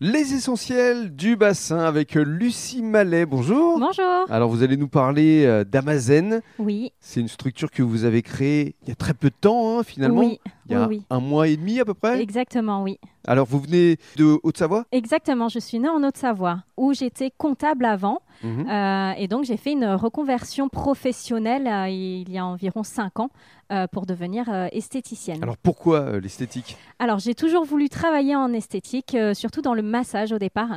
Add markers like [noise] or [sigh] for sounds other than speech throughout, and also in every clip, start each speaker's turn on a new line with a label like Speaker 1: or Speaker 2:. Speaker 1: Les essentiels du bassin avec Lucie Mallet. Bonjour.
Speaker 2: Bonjour.
Speaker 1: Alors vous allez nous parler euh, d'Amazen.
Speaker 2: Oui,
Speaker 1: C'est une structure que vous avez créée il y a très peu de temps hein, finalement.
Speaker 2: oui,
Speaker 1: il y a
Speaker 2: oui, oui.
Speaker 1: un mois et demi à peu près.
Speaker 2: exactement, oui.
Speaker 1: Alors vous venez de Haute-Savoie
Speaker 2: Exactement, je suis née en Haute-Savoie, où j'étais comptable avant,
Speaker 1: Mhm.
Speaker 2: euh, et donc j'ai fait une reconversion professionnelle euh, il y a environ 5 ans euh, pour devenir euh, esthéticienne. Alors,
Speaker 1: Alors pourquoi euh, l'esthétique
Speaker 2: j'ai toujours voulu travailler en esthétique, euh, surtout dans le massage au départ.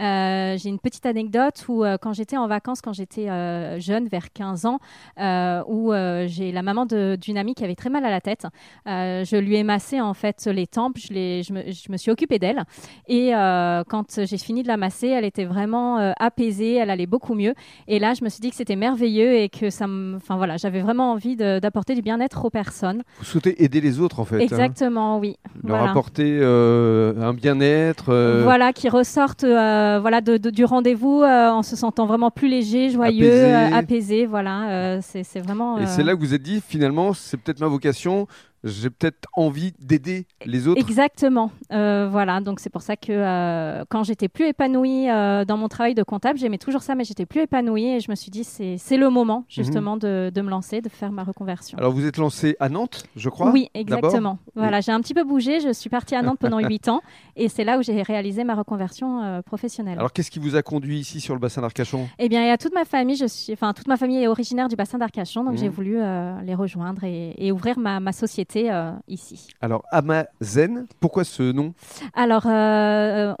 Speaker 2: Euh, j'ai une petite anecdote où euh, quand j'étais en vacances, quand j'étais euh, jeune, vers 15 ans, euh, où euh, j'ai la maman de- d'une amie qui avait très mal à la tête. Euh, je lui ai massé en fait les tempes, je, l'ai- je, me, je me suis occupée d'elle. Et euh, quand j'ai fini de la masser, elle était vraiment euh, apaisée, elle allait beaucoup mieux. Et là, je me suis dit que c'était merveilleux et que ça me... Enfin voilà, j'avais vraiment envie de- d'apporter du bien-être aux personnes.
Speaker 1: Vous souhaitez aider les autres en fait. hein.
Speaker 2: Exactement, oui.
Speaker 1: Leur
Speaker 2: voilà.
Speaker 1: apporter euh, un bien-être. euh,
Speaker 2: Voilà, qui ressortent euh, voilà, de- de- du rendez-vous euh, en se sentant vraiment plus léger, joyeux,
Speaker 1: Apaisé.
Speaker 2: euh, apaisé. Voilà, euh, c'est c'est vraiment.
Speaker 1: Et
Speaker 2: euh,
Speaker 1: c'est là que vous vous êtes dit finalement c'est peut-être ma vocation. J'ai peut-être envie d'aider les autres.
Speaker 2: Exactement. Euh, voilà, donc c'est pour ça que euh, quand j'étais plus épanouie euh, dans mon travail de comptable, j'aimais toujours ça, mais j'étais plus épanouie et je me suis dit c'est c'est le moment justement de, de me lancer, de faire ma reconversion.
Speaker 1: Mhm. Alors vous êtes lancé à Nantes, je crois.
Speaker 2: oui, exactement. Voilà, j'ai un petit peu bougé, je suis partie à Nantes
Speaker 1: [laughs]
Speaker 2: pendant 8 ans et c'est là où j'ai réalisé ma reconversion euh, professionnelle.
Speaker 1: Alors qu'est-ce qui vous a conduit ici sur le bassin d'Arcachon
Speaker 2: Eh bien, et à toute ma famille, je suis, enfin, toute ma famille est originaire du bassin d'Arcachon, donc
Speaker 1: Mhm.
Speaker 2: j'ai voulu euh, les rejoindre et, et ouvrir ma, ma société euh, ici.
Speaker 1: Alors Amazen, pourquoi ce nom
Speaker 2: Alors, euh,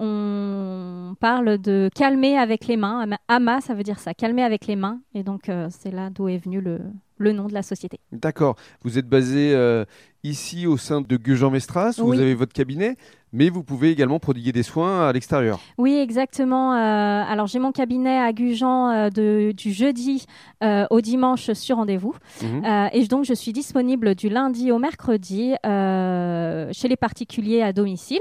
Speaker 2: on parle de calmer avec les mains. Ama- Ama, ça veut dire ça, calmer avec les mains. Et donc, euh, c'est là d'où est venu le, le nom de la société.
Speaker 1: D'accord. Vous êtes basé euh, ici au sein de Gujan-Mestras, où
Speaker 2: Oui.
Speaker 1: vous avez votre cabinet, mais vous pouvez également prodiguer des soins à l'extérieur.
Speaker 2: Oui, exactement. Euh, alors, j'ai mon cabinet à Gujan euh, de- du jeudi euh, au dimanche sur rendez-vous.
Speaker 1: Mhm.
Speaker 2: Euh, et je- donc, je suis disponible du lundi au mercredi euh, chez les particuliers à domicile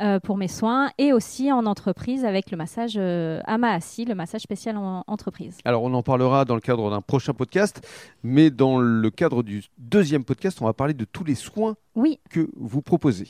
Speaker 2: euh, pour mes soins et aussi en entreprise avec le massage euh, Amaassi, le massage spécial en entreprise.
Speaker 1: Alors on en parlera dans le cadre d'un prochain podcast, mais dans le cadre du deuxième podcast, on va parler de tous les soins
Speaker 2: Oui,
Speaker 1: que vous proposez.